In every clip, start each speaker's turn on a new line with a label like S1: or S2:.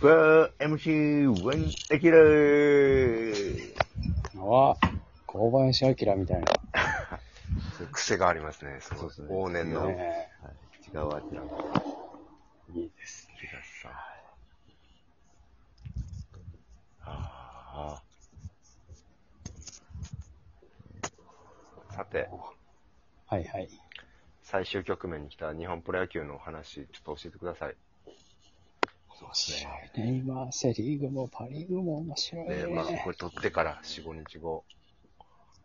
S1: わー、MC1 アキラー
S2: あ、小林明みたいな。
S3: 癖がありますね。そ
S1: そう
S3: の
S1: ですね
S3: 往年の。
S2: ね
S1: 違うアキラ。
S2: えいいですね。
S3: さん。ああさて、
S2: はいはい。
S3: 最終局面に来た日本プロ野球のお話、ちょっと教えてください。
S2: 面白いね。今、セリーグもパリーグも面白いね
S3: で、。まあ、これ取ってから4、5日後。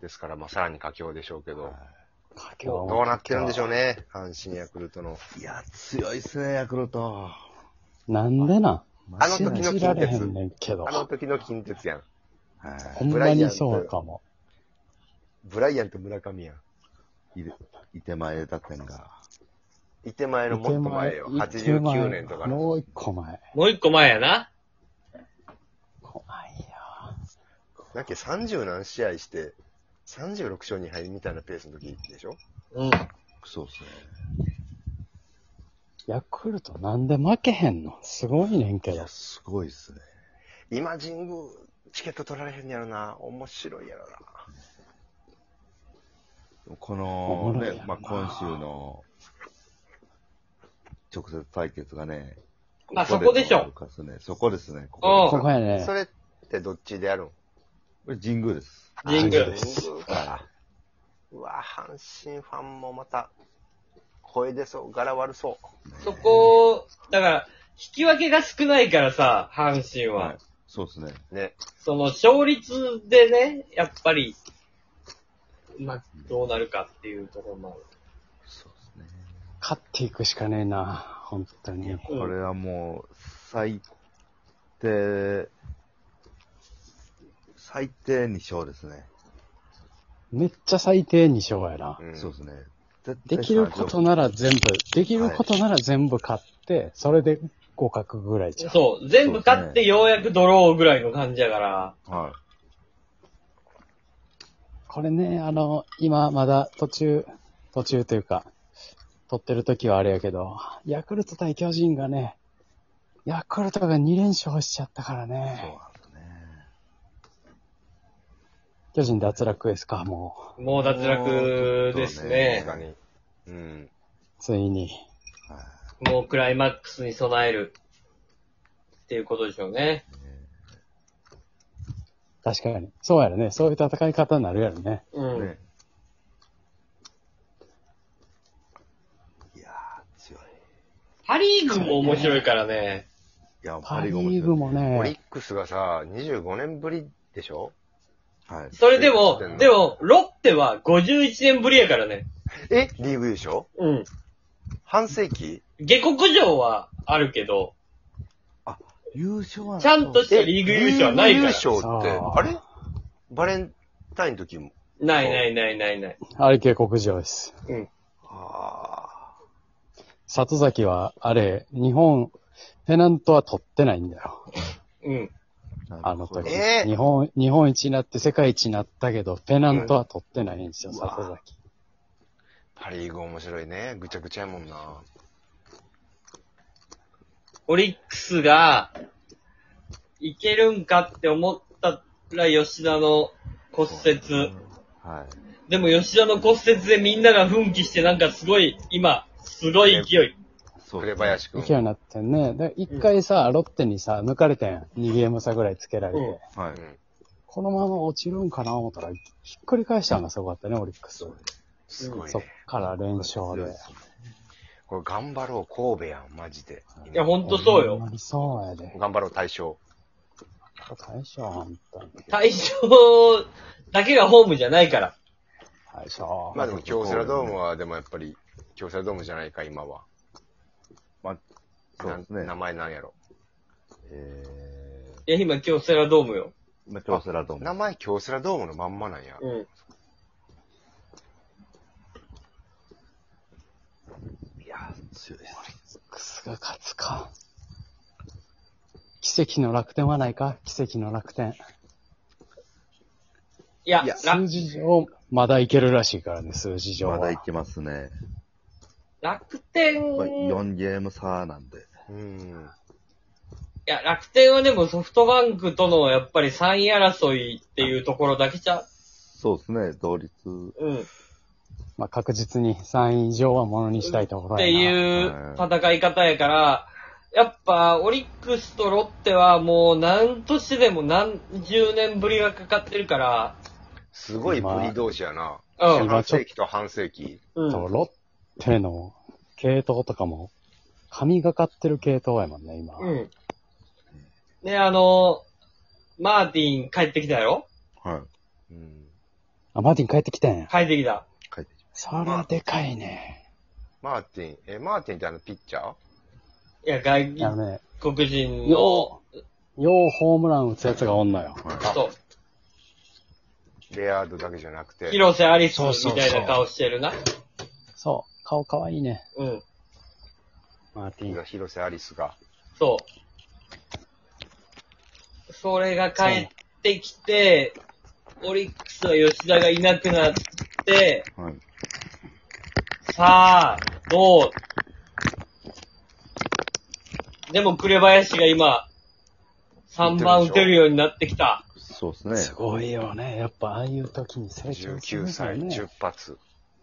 S3: ですから、まあ、さらに佳境でしょうけど、
S2: 佳境
S3: どうなってるんでしょうね、阪神ヤクルトの。
S1: いや、強いっすね、ヤクルト。
S2: なんでなん
S3: あの時の
S2: 信じられへんねんけど
S3: あ。の時の近鉄やん。
S1: は
S2: ほんまにそうかも。
S3: ブライアンと村上やん。
S1: い。いでいて前で立ってんが。
S3: いて前のもっと前よ。
S2: いて前
S3: 89年とかの。
S2: もう一個前。
S4: もう一個前やな。
S2: 怖いよ。
S3: だっけ30何試合して、36勝2敗みたいなペースの時でしょ
S4: うん。
S1: そうっすね。
S2: ヤクルトなんで負けへんのすごいねんけ
S1: い
S2: ど
S1: や、。すごいっすね。
S3: 今神宮、チケット取られへんやろな。面白いやろな。
S1: こ
S2: お
S1: の
S2: も、ろいやろ
S1: ね
S2: な、
S1: まあ、今週の、直接対決がね、
S4: まあそこでし
S1: ど
S4: ょ
S1: うなるかっすね。そこですね。こ
S4: うん
S2: こ
S1: こ
S2: こやね
S3: そ。れってどっちでやるん
S1: これ神宮です。
S4: 神宮
S3: あ神宮か。うわ、阪神ファンもまた、声出そう。柄悪そ
S4: そこ、だから、引き分けが少ないからさ、阪神は。
S1: はい。そうっすね。
S3: う。ね。
S4: その、勝率でね、やっぱり、まあ、どうなるかっていうところも
S1: そうですね。
S2: 勝っていくしかねえな。本当に。
S4: うん
S1: これはもう、最低、最低2勝ですね。
S2: めっちゃ最低2勝やな。
S3: うん
S1: そうですね。絶対
S2: できることなら全部、できることなら全部勝って、それで互角ぐらい
S4: あ
S2: じ
S4: る。
S2: ゃん。
S4: そう、全部勝ってようやくドローぐらいの感じやから。
S1: は
S2: これね、あの、今まだ途中、途中というか、撮ってる時はあれやけど、ヤクルト対巨人がね、ヤクルトが2連勝しちゃったから
S1: い。そう
S2: ね。
S1: なんですね。
S2: 巨人脱落ですか、も
S4: もう脱落ですね
S3: 確。かに。うん。
S2: う、ついに。
S1: は
S4: もうクライマックスに備える。っていうことでしょうね。
S1: い。ね
S2: 確かに。そうやろね。そういう戦い方になるやろね。
S4: うん。
S1: ねいやー、強い。
S4: パリーグも面白いからね。
S1: いや、
S2: パリーグも
S3: オリッ
S2: ね、
S3: クスがさ、25年ぶりでしょ
S1: はい。
S4: それでも
S3: うん、
S4: でも、ロッテは51年ぶりやからね。
S3: えリーグ優勝
S4: うん。
S3: 半世紀
S4: 下克上はあるけど、
S1: 優勝は
S4: ちゃんとした
S3: え
S4: リーグ優勝はないか
S3: リ
S4: ら。
S3: ーグ優勝って
S2: さ、あ
S3: あれバレンタインの時も。
S4: ないないないないない。
S2: あれ警告上です。
S4: うん。
S3: あ
S2: 里崎は、あれ、日本、ペナントは取ってないんだよ。
S4: うん。
S2: あの時。
S3: えー
S2: 日本、日本一になって世界一になったけど、ペナントは取ってないんですよ、
S3: うん
S2: 里崎。
S3: パリーグ面白いね。ぐちゃぐちゃやもんな。
S4: オリックスが、いけるんかって思ったら吉田の骨折。
S1: はい。
S4: でも吉田の骨折でみんなが奮起してなんかすごい、今、すごい勢い。
S1: そ
S3: 紅林くん。
S2: 勢いになってんね。で、一回さ、ロッテにさ、抜かれてん。2ゲーム差ぐらいつけられて。
S4: うん
S1: はい。
S3: うん
S2: このまま落ちるんかな思ったら、ひっくり返したのがすごかったね、オリックス。
S3: すごい
S2: そっ
S3: ね。
S2: から連勝で。
S3: これ頑張ろう神戸やん、マジで。
S4: いや、ほんとそ
S2: ほ
S4: う
S2: ん
S4: よ。
S2: まにそうやで。
S3: 頑張ろう大将。
S2: 大将、ほんとに。
S4: 対象だけがホームじゃないから。
S2: 大将。
S3: まあでも京セラドームは、でもやっぱり、京セラドームじゃないか、今は。
S1: まあ、そうですね
S3: な名。前なんやろ。
S1: え
S4: いや、今今日セラドームよ。
S1: ー、まあ、京セラドーム。
S3: 名前京セラドームのまんまなんや。
S4: うん。
S1: いやー、強いです。
S2: クスが勝つか。奇跡の楽天はないか奇跡の楽天。
S4: いや、
S3: いや
S4: ら
S2: 数字上、まだいけるらしいからね、数字上
S1: ま
S2: は。
S1: だいけますね。
S4: 楽天
S1: まあ、4ゲーム差なんで。
S3: うん。
S4: や、楽天はでもソフトバンクとのやっぱり3位争いっていうところだけじゃ、
S1: そうですね、同率。
S4: うん。っ
S2: まあ、確実に3位以上はものにしたいところやな。
S4: ていう戦い方やから、やっぱオリックスとロッテはもう何年でも何十年ぶりがかかってるから、
S3: すごいぶり同士やな。
S4: うん
S3: 半世紀と半世紀。
S4: う
S2: 多分
S4: ん。
S2: ロッテの系統とかも、神がかってる系統やもんね、今。
S4: うん。で、あの、マーティン帰ってきたやろ
S1: は
S3: う
S1: い。
S3: ん
S2: あ、マーティン帰ってきたんや。
S4: 帰ってきた。
S1: 帰ってき
S2: それはでかいね。
S3: マーティン、え、マーティンってあのピッチャー
S4: いや、外
S2: あのね、
S4: 国人の
S2: よ、う、ようホームラン打つやつがおんのよ。
S4: そう。
S3: レアードだけじゃなくて。
S4: 広瀬アリス
S2: そうそうそう
S4: みたいな顔してるな。
S2: そう、顔かわいいね、
S4: うん。
S2: マーティン
S3: 広。広瀬アリスが。
S4: そう。それが帰ってきて、オリックスは吉田がいなくなって、
S1: た。はい。
S4: さあ、どうでも、紅林が今、3番打てるようになってきた。
S1: そうです
S2: す
S1: ね。
S2: ごいよね。やっぱああいう時に成長する
S3: 19
S2: から
S3: 歳、
S2: ね。
S3: 10発。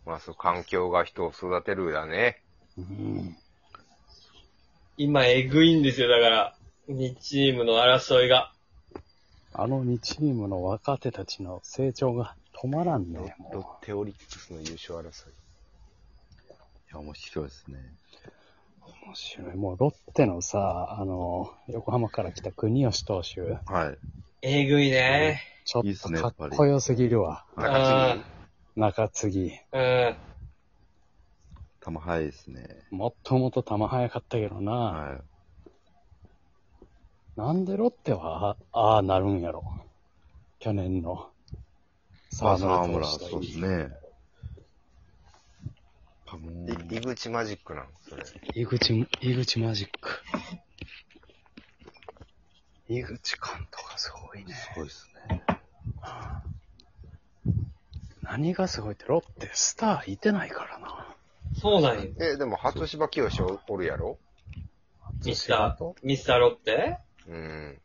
S3: まあ、そう、環境が人を育てるだね。
S2: うん。
S4: 今、えぐいんですよ、だから。2チームの争いが。
S2: あの2チームの若手たちの成長が止まらん
S3: ロ
S2: ね。
S3: ッロ
S2: も
S3: ッテオリックスの優勝争い。
S1: いや、面白いですね。
S2: う面白い。もうロッテのさ、あの、横浜から来た国吉投手、
S1: はい。
S4: えぐいね。
S2: ちょ
S1: いい
S2: っ
S1: っす
S2: と
S1: ね
S2: かっこよすぎるわ。
S1: はい
S4: あ
S2: 中継ぎ。
S4: ー
S1: 球速いですね。
S2: もっともっと球速かったけどな。
S1: は
S2: なんでロッテは、あああ、なるんやろ。去年の。
S1: い。ま
S2: 沢
S1: あ、沢
S2: 村
S1: 村、
S2: 投手
S1: そうです
S2: ね。
S1: ね。やっぱもう
S3: い井口マジックなんそれ。
S2: 井口、井口マジック。井口監督がすごいね。
S1: すごいですね。
S2: 何がすごいって、ロッテスターいてないからな。
S4: うん。そうなんよ。
S3: え、でも、初芝清おるやろ
S4: ミスター、ミスターロッテ
S3: うん。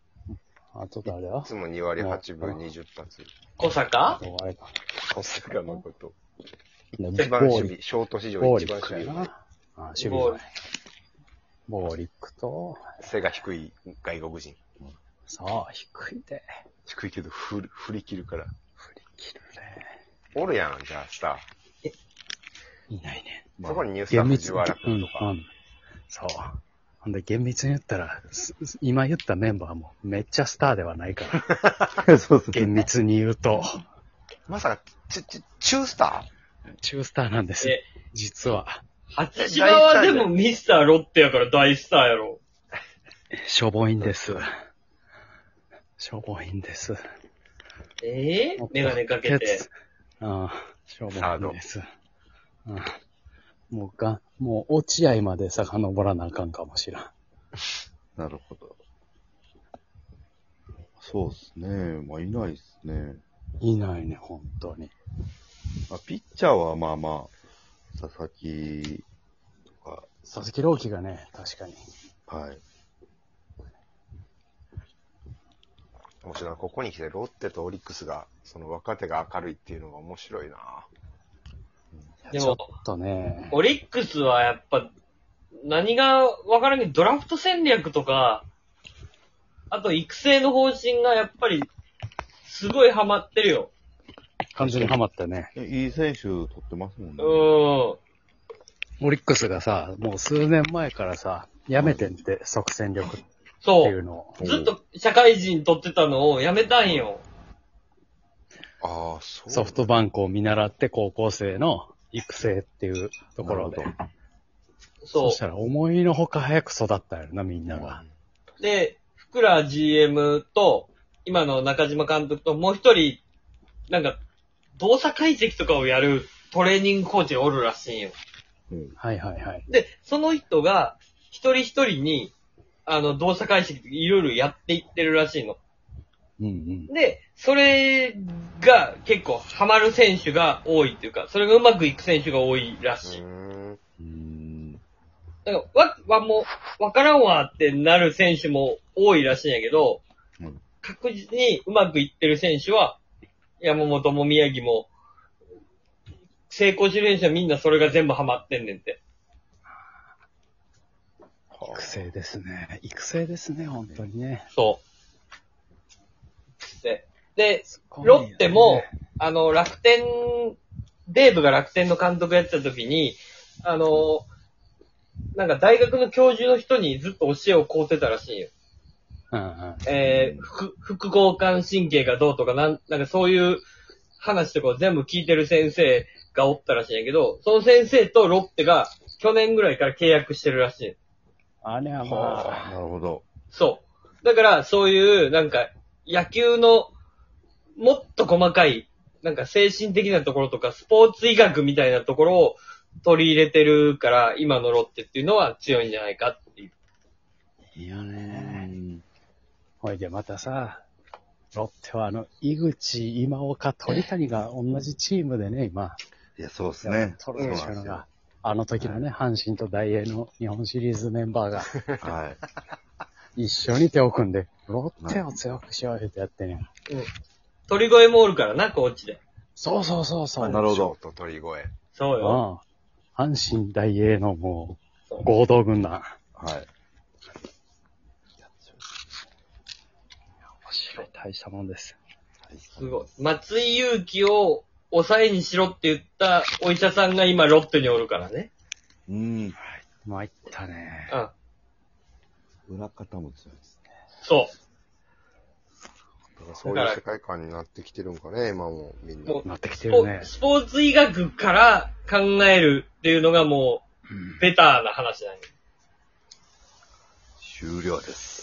S2: あと誰だ
S3: いつも2割8分20発。
S4: 小
S2: あ
S4: 坂
S2: とあれか。
S3: 小坂のこと。一
S2: 一
S3: 番守備、ショート史上
S2: ボー
S3: 一
S2: リ
S3: 番
S2: ッ
S3: 守
S2: クや
S3: 備うまい。
S2: な。あ、守備
S4: ボー
S2: じゃ
S4: リッ
S2: ない。ボーリックと、
S3: 背が低い外国人。
S2: さあ、低いで。
S3: 低いけど振る、振り切るから。
S2: 振り切る
S3: おるやん、じゃあスタ
S2: ね。いないね。
S3: ー。
S1: まあ
S3: そこにニュースター藤原君と
S2: うんう
S3: か。
S2: んそう。ほんで、厳密に言ったら、すす今言ったメンバーもめっちゃスターではな いか ら、
S1: そうですね。
S2: 厳密に言うと、
S3: まさか、ち、ち、中スタ
S2: 中スターなんです
S4: え。
S2: 実は、
S4: 初島はでもミスターロッテやから大スターやろ。
S2: しょぼいんです。しょぼいんです。
S4: ええメガネかけて。
S2: ああ、しょぼいんです。うんもうが、もう落合まで遡らなあかんかもしらん。
S1: なるほど。そうですね。まあ、いないですね。
S2: いないね、本当に。
S1: まあ、ピッチャーはまあまあ、佐々木とか、
S2: 佐々木朗希がね、確かに。
S1: はい。
S3: ー面白いな。ここに来てロッテとオリックスが、その若手が明るいっていうのが面白いな。
S4: で
S2: ちょっ
S4: も、
S2: とね、
S4: オリックスはやっぱ、何がわからんけど、ドラフト戦略とか、あと育成の方針がやっぱり、すごいハマってるよ。
S2: 完全にハマったね。
S1: えいい選手取ってますもん
S4: う
S1: ね。
S4: ーん。
S2: オリックスがさ、もう数年前からさ、やめてんって、即戦力って
S4: そ
S2: いう
S4: う。
S2: のを。
S4: ずっと社会人取ってたのをやめたんよ。
S3: ああ、そう。
S2: ソフトバンクを見習って高校生の育成っていうところで
S1: なる。
S4: そ
S2: そうしたら思いのほか早く育ったやろな、みんなが。
S4: で、福良 GM と、今の中島監督ともう一人、なんか、動作解析とかをやるトレーニングコーチがおるらしいんよ。
S2: はいはいはい。
S4: で、その人が、一人一人に、あの、動作解析いろいろやっていってるらしいの。
S2: うんうん。
S4: で、それが結構ハマる選手が多いっていうか、それがうまくいく選手が多いら
S3: う
S4: しい。
S3: ーん。
S1: うーん。
S4: だから、わ、わ、もう、わからんわってなる選手も多いらしいんやけど、
S1: うん
S4: 確実にうまくいってる選手は、山本も宮城も、成功してる選手はみんなそれが全部ハマってんねんって。
S2: 育成ですね。育成ですね、本当にね。
S4: そう。で、で、ロッテも、あの、楽天、デーブが楽天の監督やってた時に、あの、なんか大学の教授の人にずっと教えをこうてたらしいんよ。
S2: うんうん。
S4: えー、副副交感神経がどうとか、なん、なんかそういう話とかを全部聞いてる先生がおったらしいんやけど、その先生とロッテが去年ぐらいから契約してるらしい。
S2: あれはま
S1: はあ、なるほど。
S4: そう。だから、そういう、なんか、野球の、もっと細かい、なんか精神的なところとか、スポーツ医学みたいなところを取り入れてるから、今のロッテっていうのは強いんじゃないかっていう。
S2: あ、いいよ
S1: う
S2: ね。
S1: ん。
S2: ほいでまたさ、ロッテはあの、井口、今岡、鳥谷が同じチームでね、今。
S1: いや、そうですね。
S2: ト
S1: そう
S2: ロ
S1: なん
S2: ロ
S1: で
S2: し
S1: す
S2: たの
S1: よ
S2: が。あの時のね、阪神と大英の日本シリーズメンバーが
S1: はい。
S2: 一緒に手を組んで、ロッテを強くしようよってやってね。
S4: 鳥越もおるからな、コーチで。
S2: そうそうそうそう。
S1: あなるほど。
S3: と鳥越。
S4: そうよ。
S2: ああ阪神大英のも
S4: そう
S2: う、合同軍団。
S1: はい。
S2: 面白い。大したもんです。
S4: すごい。松井裕樹を抑えにしろって言ったお医者さんが今ロッテにおるからね。
S1: うん。
S2: 参ったね。
S4: うん。
S1: 裏方も強いですね。
S4: そ
S5: なんかそういう世界観になってきてるんかね、今もみん
S4: う。
S5: な
S4: も。う
S2: なってき
S4: ス
S2: てる
S4: ポ
S2: ね。
S4: スポーツ医学から考えるっていうのがもう、ベターな話なんよ
S1: 終了です。